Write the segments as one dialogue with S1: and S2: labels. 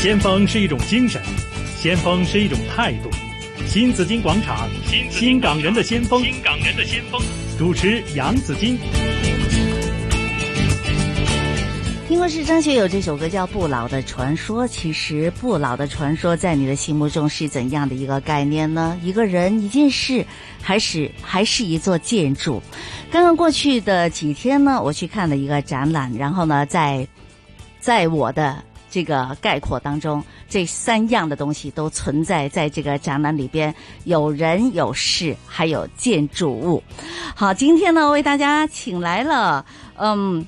S1: 先锋是一种精神，先锋是一种态度。新紫金广场，新港人的先锋，
S2: 新港人的先锋。
S1: 主持杨紫金。
S3: 听过是张学友这首歌叫《不老的传说》，其实“不老的传说”在你的心目中是怎样的一个概念呢？一个人、一件事，还是还是一座建筑？刚刚过去的几天呢，我去看了一个展览，然后呢，在在我的这个概括当中，这三样的东西都存在在这个展览里边，有人、有事，还有建筑物。好，今天呢，为大家请来了，嗯。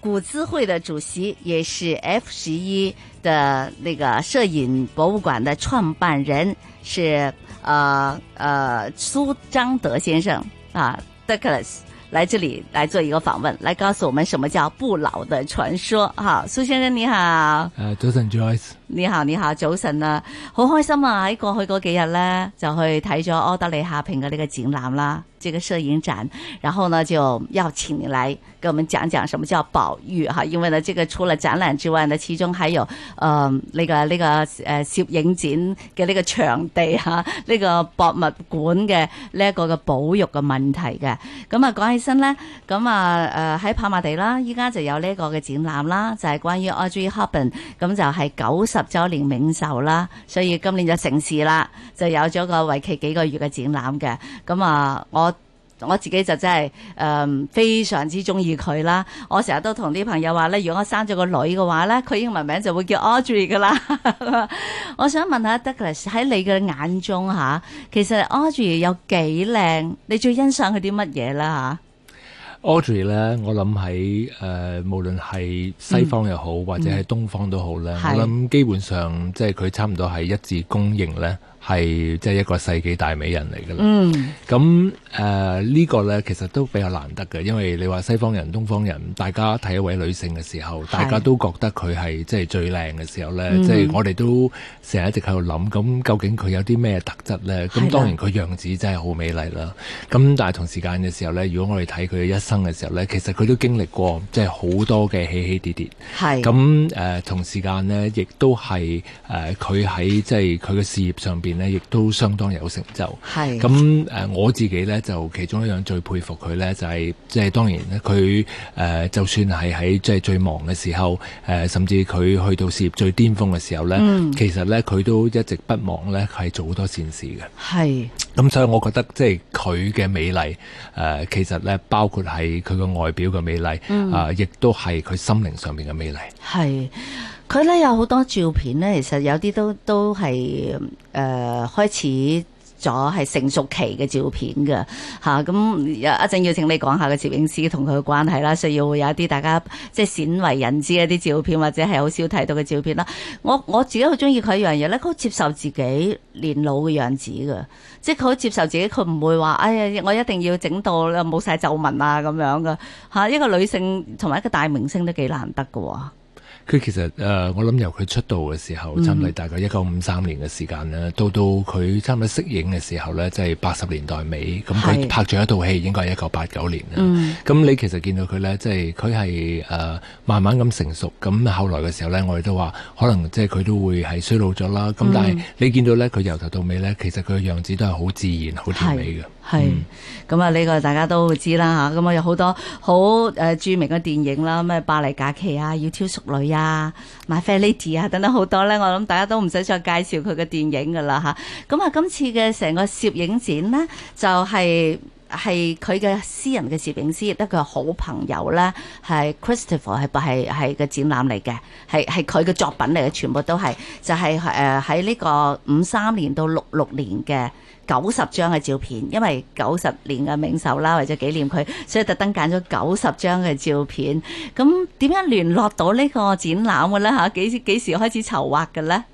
S3: 古资会的主席，也是 F 十一的那个摄影博物馆的创办人，是呃呃苏章德先生啊，Douglas 来这里来做一个访问，来告诉我们什么叫不老的传说。哈，苏先生你好。
S4: 誒早晨，Joyce。
S3: 你好，你好，早晨啊！好開心啊！喺過去嗰幾日咧，就去睇咗柯德利夏平嘅呢個展覽啦，這個攝影展。然後呢，就邀請你來跟我們講講什麼叫保育哈，因為呢，這個除了展覽之外呢，其中還有，呃，呢、個呢、個誒攝影展嘅呢個場地嚇，呢、個博物館嘅呢一個嘅保育嘅問題嘅。咁啊，講起身咧，咁啊誒喺跑馬地啦，依家就有呢個嘅展覽啦，就係、關於 Audrey Hepburn，咁就係九十週年冥壽啦，所以今年就成事啦，就有咗個為期幾個月嘅展覽嘅。咁啊，我。我自己就真係誒、嗯非常之中意佢啦！我成日都同啲朋友話咧，如果我生咗個女嘅話咧，佢英文名就會叫 Audrey 噶啦。 我想問下 Douglas 喺你嘅眼中嚇，其實 Audrey 有幾靚？你最欣賞佢啲乜嘢啦
S4: Audrey 咧，我諗喺誒，無論係西方又好，或者係東方都好咧，
S3: 係
S4: 我諗基本上即係佢差唔多係一致公認咧，係即係一個世紀大美人嚟㗎
S3: 吓？
S4: 啦。
S3: 嗯，
S4: 咁誒呢個呢，其實都比較難得嘅，因為你話西方人、東方人，大家睇一位女性嘅時候，大家都覺得佢係即係最靚嘅時候呢，
S3: 嗯
S4: 即係我哋都成日一直喺度諗，咁究竟佢有啲咩特質
S3: 係啦
S4: 呢？咁當然佢樣子真係好美麗啦。咁但係同時間嘅時候呢，如果我哋睇佢嘅一生嘅時候呢，其實佢都經歷過即係好多嘅起起跌跌。
S3: 係。
S4: 咁誒、呃同時間呢，亦都係誒佢喺即係佢嘅事業上邊呢，亦都相當有成就。
S3: 係
S4: 咁誒、呃我自己咧就其中一樣最佩服佢咧，就係即係當然咧，佢誒、呃就算係喺即係最忙嘅時候，誒、呃甚至佢去到事業最巔峰嘅時候咧，
S3: 嗯
S4: 其實咧佢都一直不忘咧係做好多善事嘅。
S3: 係
S4: 咁所以我覺得即係佢嘅美麗誒、呃其實咧包括係佢嘅外表嘅美麗，啊、亦都係佢心靈上面嘅美麗。
S3: 係。佢咧有好多照片咧，其實有啲都都係誒、呃、開始咗係成熟期嘅照片嘅嚇。咁、一陣要請你講下個攝影師同佢嘅關係啦，所以要會有一啲大家即係鮮為人知嘅一啲照片，或者係好少睇到嘅照片啦。我我自己好中意佢一樣嘢咧，佢好接受自己年老嘅樣子嘅，即係佢好接受自己，佢唔會話哎呀我一定要整到冇晒皺紋啊咁樣嘅嚇、一個女性同埋一個大明星都幾難得嘅喎。
S4: 佢其實誒、呃我諗由佢出道嘅時候，
S3: 嗯
S4: 差唔多大概一九五三年嘅時間咧，到到佢差唔多息影嘅時候咧，即係八十年代尾，咁
S3: 係
S4: 佢拍咗一套戲，應該係一九八九年啦。
S3: 嗯
S4: 咁、你其實見到佢咧，即係佢係誒慢慢咁成熟，咁後來嘅時候咧，我哋都話可能即係佢都會係衰老咗啦。咁
S3: 嗯
S4: 但係你見到咧，佢由頭到尾咧，其實佢嘅樣子都係好自然、好甜美嘅。
S3: 係
S4: 嗯
S3: 咁啊，呢個大家都會知啦嚇。咁啊，有好多好誒著名嘅電影啦，咩《巴黎假期》啊，《窈窕淑女》啊，《My Fair Lady》啊，等等好多咧。我諗大家都唔使再介紹佢嘅電影噶啦嚇。咁啊，今次嘅成個攝影展呢，就係、係佢嘅私人嘅攝影師，亦都佢嘅好朋友咧，係 Christopher 係係係嘅展覽嚟嘅，係係佢嘅作品嚟嘅，全部都係就係誒喺呢個五三年到六六年嘅。九十張嘅照片，因為九十年嘅冥壽啦，或者紀念佢，所以特登揀咗九十張嘅照片。咁點樣聯絡到呢個展覽嘅咧？嚇，幾時幾時開始籌劃嘅咧？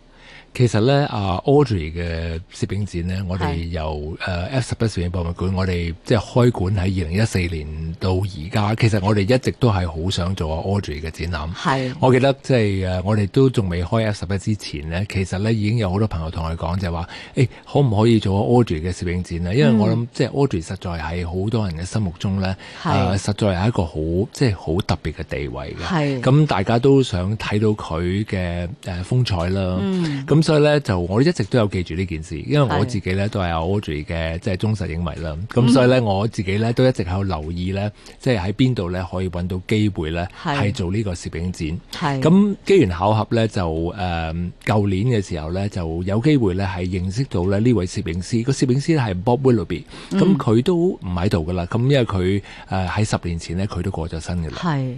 S4: 其實咧，啊 Audrey 嘅攝影展咧，我哋
S3: 係
S4: 由誒 F 十一攝影博物館，我哋即係開館喺二零一四年到而家，其實我哋一直都係好想做啊 Audrey 嘅展覽。
S3: 係
S4: 我記得即係誒，我哋都仲未開 F 十一之前咧，其實咧已經有好多朋友同我哋講就係話，誒、可唔可以做個 Audrey 嘅攝影展咧？
S3: 嗯
S4: 因為我諗、即係 Audrey 實在係好多人嘅心目中咧，
S3: 係
S4: 誒、實在係一個好即係好特別嘅地位
S3: 係
S4: 嘅。咁大家都想睇到佢嘅誒風採啦。
S3: 嗯
S4: 咁所以咧就我一直都有記住呢件事，因為
S3: 係嗯
S4: 我自己咧都係阿 Audrey 嘅即係忠實影迷啦。咁所以咧我自己咧都一直喺度留意咧，即係喺邊度咧可以揾到機會咧
S3: 係
S4: 係做呢個攝影展。
S3: 係
S4: 咁機緣巧合咧，就誒舊、年嘅時候咧，就有機會咧係認識到咧呢位攝影師。個攝影師係 Bob Willoughby，咁
S3: 嗯
S4: 佢、都唔喺度噶啦。咁因為佢誒喺十年前咧，佢都過咗身嘅啦。
S3: 係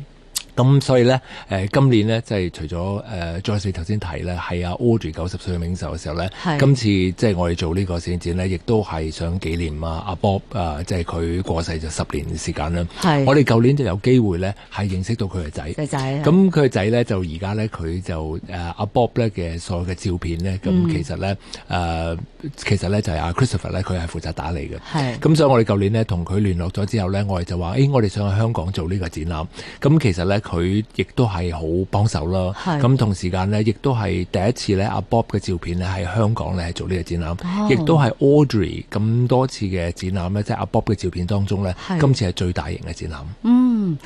S4: 咁所以咧，誒、今年咧，即係除咗誒 Joyce 頭先提咧，係阿 Audrey 九十歲嘅冥壽嘅時候咧
S3: 係，
S4: 今次即係我哋做呢個攝影展咧，亦都係想紀念啊阿 Bob 啊，即係佢過世就十年嘅時間啦。
S3: 係
S4: 我哋舊年就有機會咧，係認識到佢嘅仔。
S3: 仔仔啊
S4: 咁佢仔咧就而家咧佢就誒呃阿 Bob 咧嘅所有嘅照片咧，
S3: 嗯
S4: 咁其實咧誒、呃其實咧就係阿 Christopher 咧佢係負責打理嘅。
S3: 係
S4: 咁所以我哋舊年咧同佢聯絡咗之後咧，我哋就話：，誒、我哋想去香港做呢個展覽。咁其實咧，佢亦都係好幫手啦。
S3: 係
S4: 咁同時間咧，亦都係第一次咧，阿 Bob 嘅照片咧喺香港咧係做呢個展
S3: 哦
S4: 覽，亦、都係 Audrey 咁多次嘅展覽咧，即係阿 Bob 嘅照片當中咧
S3: 係，
S4: 今次係最大型嘅展覽。
S3: 嗯，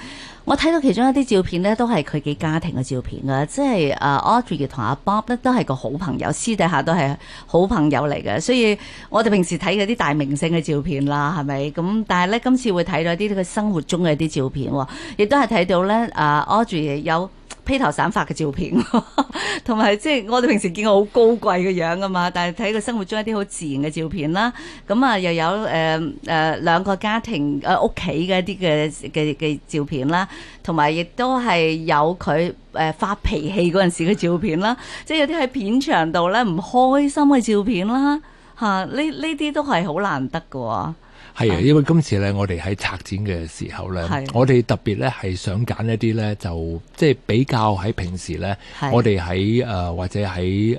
S3: 我睇到其中一啲照片咧，都係佢嘅家庭嘅照片噶，即係诶 Audrey 同阿 Bob 咧都係個好朋友，私底下都係好朋友嚟嘅。所以我哋平時睇嗰啲大明星嘅照片啦，係咪？咁但係咧，今次會睇到啲佢生活中嘅一啲照片喎，亦都係睇到咧诶 Audrey 有。披頭散髮嘅照片， 同埋即係我哋平時見過好高貴嘅樣噶嘛，但係睇佢生活中一啲好自然嘅照片啦。咁啊，又有誒誒兩個家庭誒屋企嘅一啲嘅嘅嘅照片啦，同埋亦都係有佢誒發脾氣嗰陣時嘅照片啦，即係有啲喺片場度咧唔開心嘅照片啦，嚇呢呢啲都係好難得嘅喎，
S4: 係
S3: 啊
S4: 啊，因為今次咧，我哋喺策展嘅時候咧
S3: 係，
S4: 我哋特別咧係想揀一啲咧，就即係比較喺平時咧
S3: 係，
S4: 我哋喺誒或者喺誒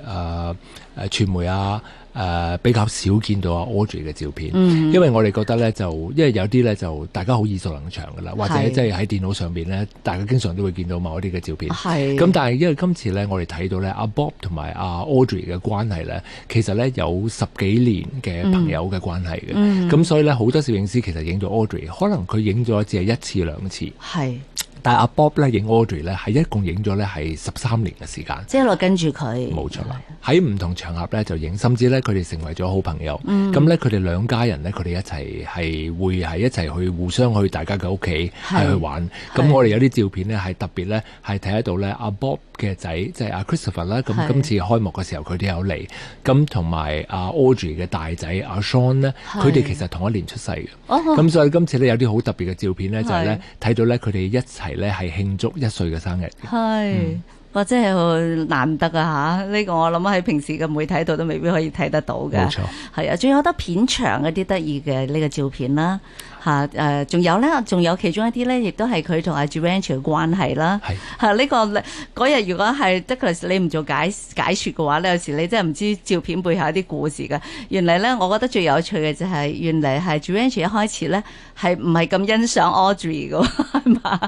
S4: 誒傳媒啊。誒、比較少見到阿 Audrey 嘅照片，
S3: 嗯
S4: 因為我哋覺得咧就，因為有啲咧就大家好耳熟能詳噶啦，或者
S3: 係
S4: 即係喺電腦上邊咧，大家經常都會見到某一啲嘅照片。
S3: 係
S4: 咁但係因為今次咧，我哋睇到咧，阿 Bob 同埋阿 Audrey 嘅關係咧，其實咧有十幾年嘅朋友嘅關係嘅，咁、所以咧好多攝影師其實影咗 Audrey，可能佢影咗只係一次兩次，
S3: 係
S4: 但係阿 Bob 咧影 Audrey 咧係一共影咗咧係十三年嘅時間。
S3: 即係一路跟住佢，
S4: 冇錯啦，
S3: 啊
S4: 喺唔同場合咧就影，甚至咧佢哋成為咗好朋友。
S3: 嗯
S4: 咁咧佢哋兩家人咧，佢哋一齊係會係一齊去互相去大家嘅屋企
S3: 係
S4: 係去玩。
S3: 係
S4: 咁我哋有啲照片咧係特別咧係睇得到咧阿 Bob 嘅仔即係阿 Christopher 啦。
S3: 係
S4: 咁今次開幕嘅時候佢都有嚟。咁同埋阿 Audrey 嘅大仔阿 Sean 咧，
S3: 係
S4: 佢哋其實同一年出世嘅。
S3: 哦，
S4: 咁所以今次咧有啲好特別嘅照片咧，就係咧睇到咧佢哋一齊咧係慶祝一歲嘅生日嘅。
S3: 係。
S4: 嗯
S3: 哇！真係好難得啊嚇！呢、個我諗喺平時嘅媒體度都未必可以睇得到嘅。
S4: 冇錯。
S3: 係啊，仲有好多片場嗰啲得意嘅呢個照片啦，嚇誒，仲有咧，仲有其中一啲咧，亦都係佢同阿 j u r a n c h 嘅關係啦。
S4: 係
S3: 嚇 呢個嗰日如果係 Douglas 你唔做解解説嘅話咧，有時你真係唔知照片背後一啲故事嘅。原嚟咧，我覺得最有趣嘅就係原嚟係 j u r a n c h 一開始咧係唔係咁欣賞 Audrey 嘅喎， 係嘛？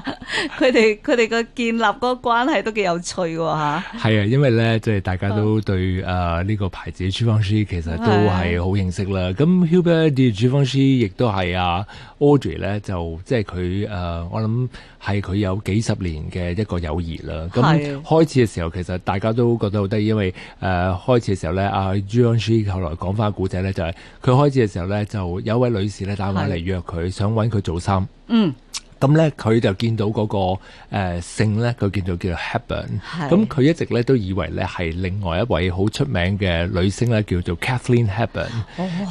S3: 佢哋佢哋個建立嗰個關係都幾有趣嘅喎嚇。
S4: 係啊，因為咧，即係大家
S3: 嗯
S4: 都對誒呢個牌子 g i v a n c h y 其實都係好認識啦。咁 Hubert de g i v a n c h y 亦都係啊 Audrey 咧，就即係佢誒，呃我諗係佢有幾十年嘅一個友誼啦。
S3: 係
S4: 咁開始嘅時候，其實大家都覺得好得意，因為誒、呃、開始嘅時候咧，阿 g i v a n c h y 後來講翻古仔咧，就係、佢開始嘅時候咧，就有一位女士咧打電話嚟
S3: 係
S4: 約佢，想揾佢做衫。
S3: 嗯，
S4: 咁咧，佢就見到嗰、個、呃、姓咧，佢見到叫做 Hepburn
S3: 係。
S4: 咁佢一直咧都以為咧係另外一位好出名嘅女星咧，叫做 Kathleen Hepburn。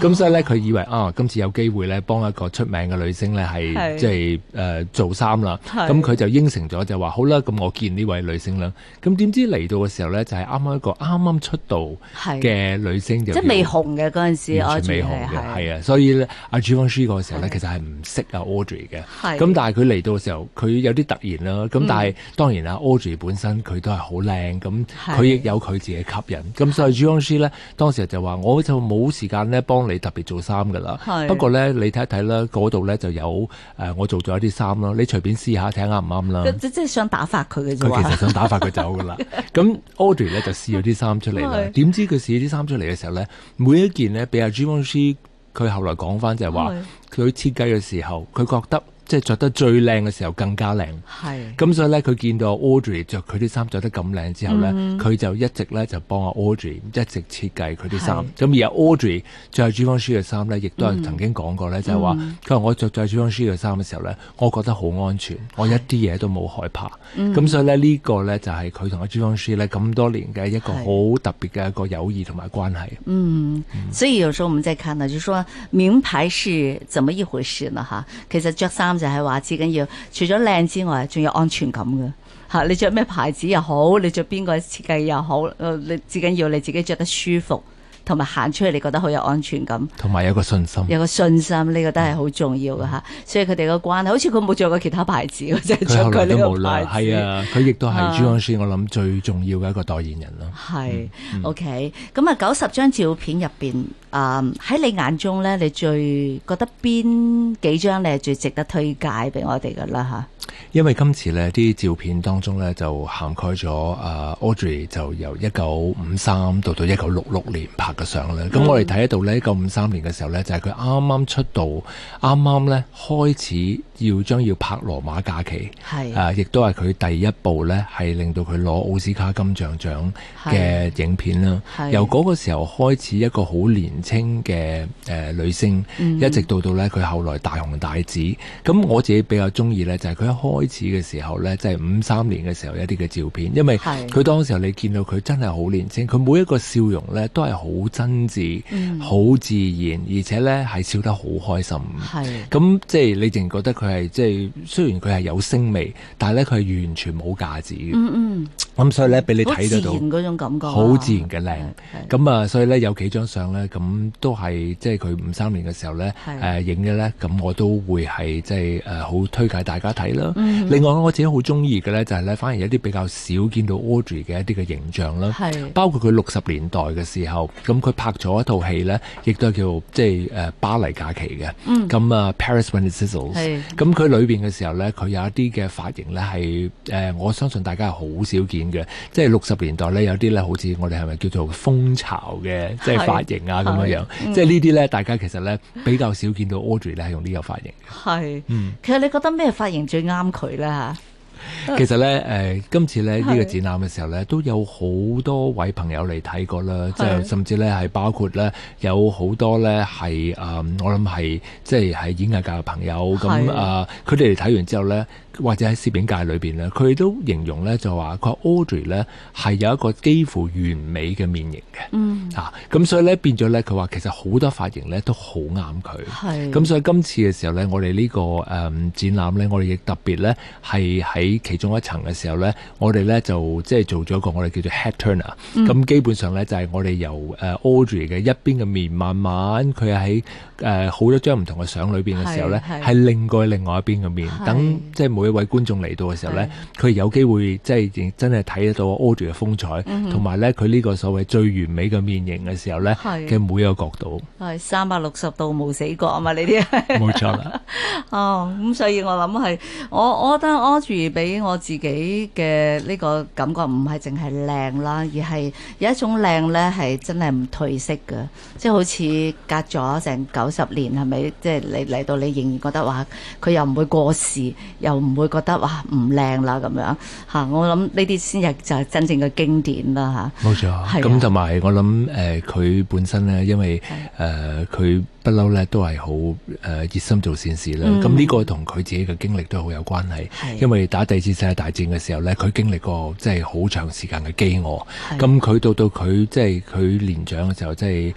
S4: 咁、
S3: 哦
S4: 所以咧，佢以為啊，今次有機會咧幫一個出名嘅女星咧
S3: 係
S4: 係即係誒做衫啦。
S3: 係
S4: 咁佢就應承咗，就話好啦，咁我見呢位女星啦。咁點知嚟到嘅時候咧，就係啱啱一個啱啱出道
S3: 係
S4: 嘅女星，就
S3: 即係
S4: 叫
S3: 未紅嘅嗰陣時
S4: 完全
S3: Audrey
S4: 未
S3: 係，
S4: 紅嘅，
S3: 係
S4: 係啊，所以咧，阿 g i v a n c h y 嗰個時候咧，其實係唔識阿啊 Audrey 嘅，
S3: 係嗯
S4: 咁但係佢佢嚟到嘅時候，佢有啲突然啦。咁但係當然啦，Audrey 本身佢都係好靚，咁
S3: 係
S4: 佢亦有佢自己吸引。咁所以 g u c c i 咧，當時就話我就冇時間咧幫你特別做衫噶啦。
S3: 係
S4: 不過咧，你睇一睇啦，嗰度咧就有誒、呃我做咗一啲衫啦，你隨便試下睇下啱唔啱啦。
S3: 即即係想打發佢嘅啫
S4: 佢其實
S3: 喎。
S4: 想打發佢走噶啦。咁 Audrey 咧就試咗啲衫出嚟啦
S3: 係。
S4: 點知佢試啲衫出嚟嘅時候咧，每一件咧俾阿 g u c c i 佢後來講翻就係話，佢設計嘅時候，佢覺得即係着得最靚嘅時候更加靚。
S3: 係
S4: 咁所以咧，佢見到 Audrey 着佢啲衫着得咁靚之後咧，
S3: 嗯
S4: 佢、就一直咧就幫阿 Audrey 一直設計佢啲衫
S3: 係。嗯
S4: 咁而阿 Audrey 着 g u c c i 嘅衫咧，亦都係曾經講過咧，就係話佢話我着着 g u c c i 嘅衫嘅時候咧，我覺得好安全，我一啲嘢都冇害怕。咁、
S3: 嗯
S4: 所以咧，呢個咧就係佢同阿 g u c c i 咧咁多年嘅一個
S3: 係
S4: 好特別嘅一個友誼同埋關係。
S3: 嗯，所以有時候我們在看呢，就說名牌是怎麼一回事呢？吓，其實着衫就係話至緊要，除咗靚之外，仲有安全感嘅。吓，你着咩牌子又好，你着邊個設計又好，呃你至緊要你自己着得舒服，同埋行出去你覺得好有安全感。
S4: 同埋有一個信心，
S3: 有個信心，呢、個都係好重要嘅吓，所以佢哋個關係，好似佢冇着過其他牌子，即係着
S4: 佢後
S3: 佢
S4: 來
S3: 呢
S4: 都冇
S3: 個
S4: 啦，
S3: 牌
S4: 係
S3: 子。
S4: 啊，佢亦都
S3: 啊
S4: 係 g u c c i 我諗最重要嘅一個代言人啦。
S3: 係 OK，咁啊，九十張照片入邊，啊喺你眼中咧，你最覺得邊幾張你係最值得推介俾我哋噶啦
S4: 因為今次呢啲照片當中呢，就涵蓋咗啊 Audrey 就由一九五三到到一九六六年拍嘅相咧。咁、我哋睇得到呢，一九五三年嘅時候呢，就係佢啱啱出道，啱啱呢開始要將要拍羅馬假期。
S3: 吓？係
S4: 啊，亦都係佢第一部呢，係令到佢攞奧斯卡金像獎嘅影片啦
S3: 係。
S4: 由嗰個時候開始，一個好年青嘅誒女星，
S3: 嗯
S4: 一直到到呢，佢後來大紅大紫。咁我自己比較中意呢，就係佢一開始嘅時候呢，即係五三年嘅時候一啲嘅照片，因為
S3: 係
S4: 佢當時候你見到佢真係好年青，佢每一個笑容呢都係好真摯、
S3: 嗯
S4: 好、自然，而且呢係笑得好開心。
S3: 係
S4: 咁即係你淨覺得佢係即係雖然佢係有星味，但係咧佢係完全冇架子嘅。咁、
S3: 嗯嗯，
S4: 所以咧俾你
S3: 好自
S4: 睇
S3: 然
S4: 得到。
S3: 嗰種感覺啊，
S4: 好自然嘅靚
S3: 係，
S4: 咁啊，所以咧有幾張相咧，咁都係即係佢五三年嘅時候咧，
S3: 係
S4: 誒影嘅咧，咁我都會係即係誒好推介大家睇啦。
S3: 嗯
S4: 另外我自己好中意嘅咧，就係咧反而一啲比較少見到 Audrey 嘅一啲嘅形象啦，
S3: 係
S4: 包括佢六十年代嘅時候，咁佢拍咗一套戲咧，亦都係叫即係誒巴黎假期嘅，咁啊 Paris When It Sizzles。
S3: 嗯係
S4: 咁佢裏邊嘅時候呢，佢有一啲嘅髮型呢係誒，我相信大家係好少見嘅，即係六十年代呢，有啲呢好似我哋係咪叫做蜂巢嘅，即係
S3: 係
S4: 髮型啊咁樣樣，即係呢啲呢，大家其實呢比較少見到 Audrey 呢係用呢個髮型。
S3: 係。其實你覺得咩髮型最啱佢咧吓？
S4: 其實咧，誒、今次咧呢、呢個
S3: 係
S4: 展覽嘅時候咧，都有好多位朋友嚟睇過啦，即
S3: 係
S4: 係甚至咧係包括咧有好多咧係誒，嗯我諗係即係喺演藝界嘅朋友
S3: 係
S4: 咁啊，佢哋嚟睇完之後咧，或者喺攝影界裏邊咧，佢哋都形容咧就話佢話 Audrey 咧係有一個幾乎完美嘅面型嘅，
S3: 嗯，
S4: 啊，咁所以咧變咗咧，佢話其實好多髮型咧都好啱佢。
S3: 係
S4: 咁所以今次嘅時候咧，我哋呢、個誒、嗯展覽咧，我哋亦特別咧係喺其中一層嘅時候咧，我哋咧就即係做咗一個我哋叫做 head turner、咁
S3: 嗯
S4: 基本上咧就係、我哋由誒、呃 Audrey 嘅一邊嘅面，慢慢佢喺誒好多張唔同嘅相裏邊嘅時候咧，
S3: 係係
S4: 係另過另外一邊嘅面
S3: 係，
S4: 等即係每一位觀眾嚟到嘅時候咧，佢有機會即係認真係睇得到 Audrey 嘅風采，
S3: 嗯
S4: 同埋咧佢呢個所謂最完美嘅面型嘅時候咧
S3: 係
S4: 嘅每一個角度，
S3: 係三百六十度冇死角啊嘛！呢啲
S4: 冇錯啦。
S3: 哦，咁所以我諗係，我我覺得 Audrey 俾我自己嘅呢個感覺唔係淨係靚啦，而係有一種靚咧係真係唔褪色嘅，即係好似隔咗成九十年係咪？即係你嚟到你仍然覺得話佢又唔會過時，又唔會覺得哇唔靚啦咁樣嚇。我諗呢啲先係就係真正嘅經典啦嚇。
S4: 冇錯
S3: 啊，
S4: 咁同埋我諗誒佢本身咧，因為誒佢不嬲咧都係好誒熱心做善事啦。咁呢個同佢自己嘅經歷都好有關係
S3: 嗯係，
S4: 因為打第二次世界大戰嘅時候咧，佢經歷過即係好長時間嘅飢餓。
S3: 係
S4: 咁佢到到佢即係佢年長嘅時候，即係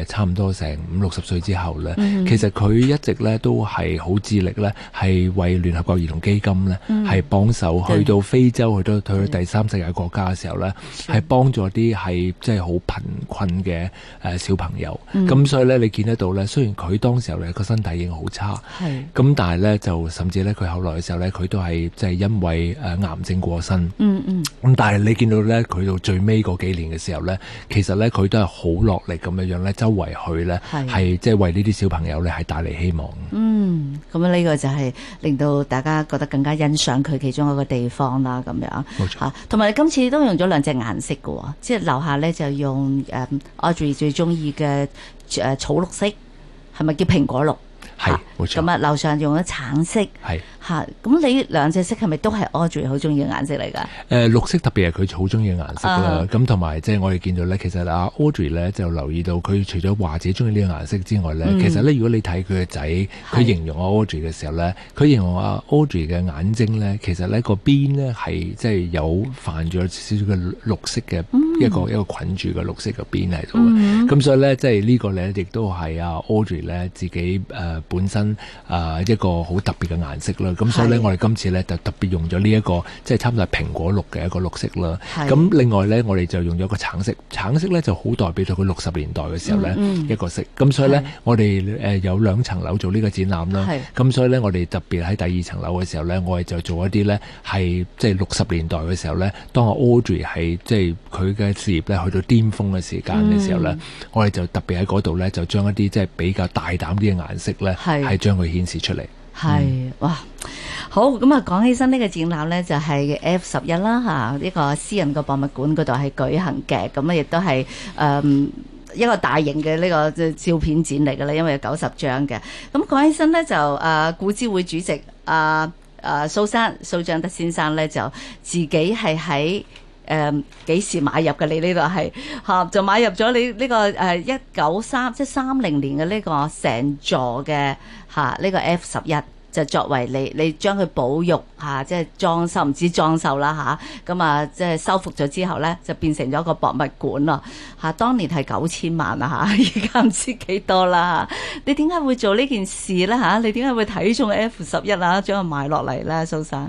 S4: 誒差唔多成五六十歲之後咧，其實佢一直咧都係好致力咧，係為聯合國兒童基金咧係幫手去到非洲，去到去到第三世界國家嘅時候咧，係呃幫助啲係即係好貧困嘅誒小朋友。咁所以咧，你見得到咧，雖然佢當時候咧個身體已經好差，
S3: 係，
S4: 咁但係咧就甚至咧佢後來嘅時候咧，佢都係即係因為誒癌症過身。
S3: 嗯嗯，
S4: 咁但係你見到咧，佢到最尾嗰幾年嘅時候咧，其實咧佢都係好落力咁樣樣咧，周圍去咧
S3: 係
S4: 係即係為呢啲小朋友咧係帶嚟希望。
S3: 嗯，咁呢個就係令到大家覺得更加欣賞佢其中一個地方啦，咁樣
S4: 冇錯
S3: 嚇。同埋你今次都用咗兩隻顏色嘅喎，即係樓下咧就用誒、嗯 Audrey 最中意嘅誒草綠色，係咪叫蘋果綠？
S4: 係
S3: 嚇
S4: 冇錯
S3: 咁啊，樓上用咗橙色
S4: 係。
S3: 嚇，咁你兩隻色係咪都係 Audrey 好中意嘅顏色嚟㗎？
S4: 誒、呃綠色特別係佢好中意嘅顏色
S3: 啊
S4: 啦，咁同埋即係我哋見到咧，其實阿 Audrey 咧就留意到佢除咗話自己中意呢個顏色之外咧，
S3: 嗯
S4: 其實咧如果你睇佢嘅仔，佢形容阿 Audrey 嘅時候咧，佢形容阿 Audrey 嘅眼睛咧，其實咧個邊咧係即係有泛咗少少嘅綠色嘅
S3: 嗯
S4: 一個、一個捆住嘅綠色嘅邊喺度嘅。咁、所以咧，即係呢個咧，亦都係阿 Audrey 咧自己誒、呃本身誒、呃一個好特別嘅顏色啦。咁所以咧，
S3: 係
S4: 我哋今次咧就特別用咗呢一個即係差唔多係蘋果綠嘅一個綠色啦。
S3: 係
S4: 咁另外咧，我哋就用咗個橙色，橙色咧就好代表咗佢六十年代嘅時候咧、
S3: 嗯嗯
S4: 一個色。咁所以
S3: 係
S4: 咧，我哋誒有兩層樓做呢個展覽啦
S3: 係。
S4: 咁所以咧，我哋特別喺第二層樓嘅時候咧，我哋就做一啲咧係即係六十年代嘅時候咧，當阿 Audrey 係即係佢嘅事業咧去到巔峰嘅時間嘅時候咧，
S3: 嗯
S4: 我哋就特別喺嗰度咧就將一啲即係比較大膽啲嘅顏色咧
S3: 係
S4: 係將佢顯示出嚟。
S3: 係哇，好咁啊！講起身呢個展覽呢，就係 F 十一啦嚇，呢個私人嘅博物館嗰度係舉行嘅，咁啊亦都係誒。嗯一個大型嘅呢個即係照片展嚟㗎啦，因為有九十張嘅。咁講起身呢，就誒、呃、古諮會主席啊誒蘇生蘇章德先生呢，就自己係喺誒呃幾時買入嘅？你呢度係嚇就買入咗你呢、個誒一九三即係三零年嘅呢個成座嘅嚇呢個 F 十一。就作為你，你將佢保育嚇、即係裝修，唔止裝修啦吓，咁啊，即係修復咗之後咧，就變成咗個博物館啦嚇、當年係九千萬啦嚇，而 家唔知幾多啦、你點解會做呢件事咧嚇、你點解會睇中 F 十一啊，將佢買落嚟咧，蘇生？
S4: 誒、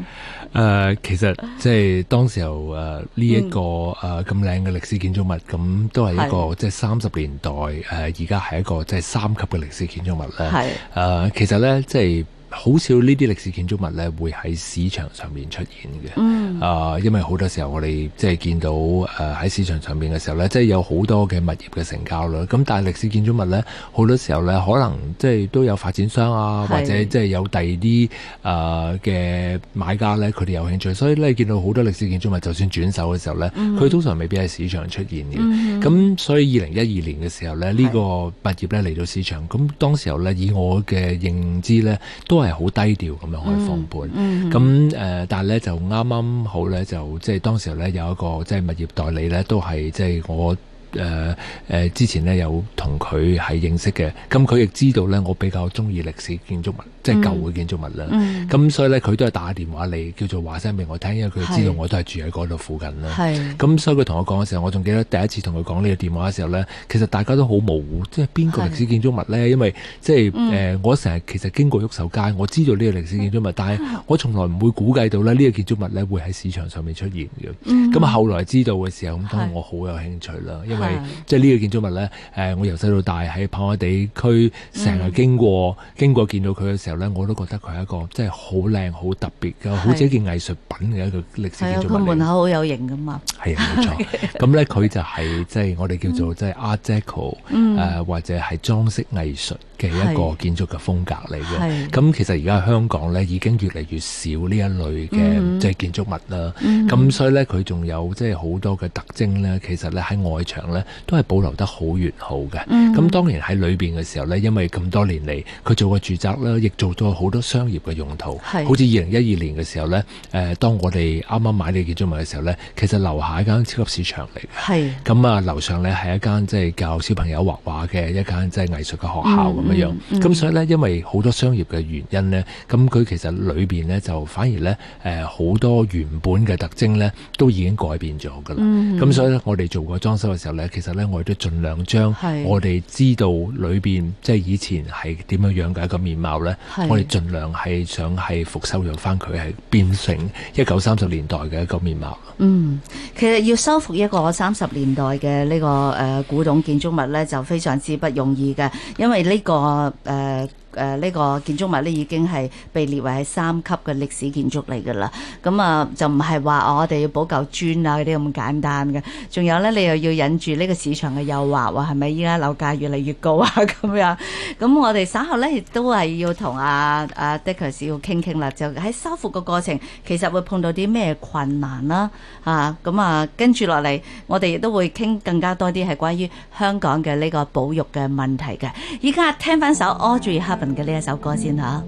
S4: 呃其實即係當時候誒呃呢一個
S3: 嗯
S4: 誒咁靚嘅歷史建築物，咁都係一個即係三十年代誒，而家係一個即係三級嘅歷史建築物咧。誒
S3: 係、
S4: 其實咧即係好少呢啲歷史建築物咧會喺市場上面出現嘅。
S3: 嗯
S4: 啊、因為好多時候我哋即係見到呃誒喺、市場上面嘅時候咧，即係有好多嘅物業嘅成交啦。咁但係歷史建築物咧，好多時候咧，可能即係都有發展商
S3: 係
S4: 啊，或者即係有第二啲誒呃嘅買家咧，佢哋有興趣，所以咧見到好多歷史建築物，就算轉手嘅時候咧，佢、通常未必喺市場出現嘅。咁、所以二零一二年嘅時候咧，呢、個物業咧嚟到市場，咁當時候咧，以我嘅認知咧，都係好低調咁樣去放盤。
S3: 嗯
S4: 咁誒、呃但係咧就啱啱好咧，就即係當時候咧有一個即係物業代理咧，都係即係我。誒誒、呃之前咧有同佢係認識嘅，咁佢亦知道咧，我比較中意歷史建築物，即係舊嘅建築物啦。
S3: 嗯，
S4: 咁、所以咧，佢都係打電話嚟，叫做話聲俾我聽，因為佢知道
S3: 係
S4: 我都係住喺嗰度附近啦。
S3: 係
S4: 咁所以佢同我講嘅時候，我仲記得第一次同佢講呢個電話嘅時候呢，其實大家都好模糊，即係邊個歷史建築物呢？因為即係誒、
S3: 嗯
S4: 呃我成日其實經過毓秀街，我知道呢個歷史建築物，但係
S3: 嗯
S4: 我從來唔會估計到咧呢個建築物呢會喺市場上面出現嘅。咁啊、後來知道嘅時候，咁當然
S3: 係
S4: 我好有興趣啦，因為
S3: 嗯係
S4: 即係呢個建築物呢，誒、我由細到大喺跑馬地區成
S3: 嗯
S4: 日經過，經過見到佢嘅時候呢，我都覺得佢係一個即係好靚、好特別嘅，好似一件藝術品嘅一個歷史
S3: 係
S4: 建
S3: 啊，
S4: 築
S3: 佢
S4: 物嚟
S3: 門
S4: 嘅
S3: 口。好有型噶嘛，
S4: 係啊，冇 錯。咁咧佢就係即係我哋叫做即係 Art Deco，誒、
S3: 嗯
S4: 或者係裝飾藝術嘅一個建築嘅風格嚟
S3: 係
S4: 嘅。咁其實而家香港咧已經越嚟越少呢一類
S3: 嗯
S4: 嘅即係建築物啦。
S3: 嗯
S4: 咁、所以咧佢仲有即係好多嘅特徵咧，其實咧喺外牆咧都係保留得好完好嘅。
S3: 嗯
S4: 咁當然喺裏邊嘅時候咧，因為咁多年嚟，佢做過住宅啦，亦做咗好多商業嘅用途。
S3: 係
S4: 好似二零一二年嘅時候咧，誒、當我哋啱啱買呢個建築物嘅時候咧，其實樓下一間超級市場嚟嘅。
S3: 係
S4: 咁啊，樓上咧係一間即係教小朋友畫畫嘅一間即係藝術嘅學校咁樣
S3: 嗯
S4: 樣。咁、所以咧，因為好多商業嘅原因咧，咁佢其實裏邊咧就反而咧誒
S3: 嗯
S4: 好多原本嘅特徵咧都已經改變咗㗎啦。咁、所以咧，我哋做過裝修嘅時候咧，咧，其實咧我哋都盡量將
S3: 係
S4: 我哋知道裏邊即係以前係點樣樣嘅一個面貌咧，
S3: 係
S4: 我哋盡量係想係復修養翻佢係變成一九三十年代嘅一個面貌。
S3: 嗯，其實要修復一個三十年代嘅呢、個呃古董建築物咧，就非常之不容易嘅，因為呢、個呃誒呢個建築物咧已經係被列為係三級嘅歷史建築嚟㗎啦，咁啊就唔係話哦我哋要補救磚啊嗰啲咁簡單嘅，仲有咧你又要忍住呢個市場嘅誘惑喎，係咪依家樓價越嚟越高啊 咁樣？咁我哋稍後咧亦都係要同阿阿 Deckers 要傾傾啦，就喺修復嘅過程其實會碰到啲咩困難啦、啊，咁啊，跟住落嚟，我哋亦都會傾更加多啲係關於香港嘅呢個保育嘅問題嘅。依家聽翻首 Audrey Hepburn 嘅呢一首歌先嚇。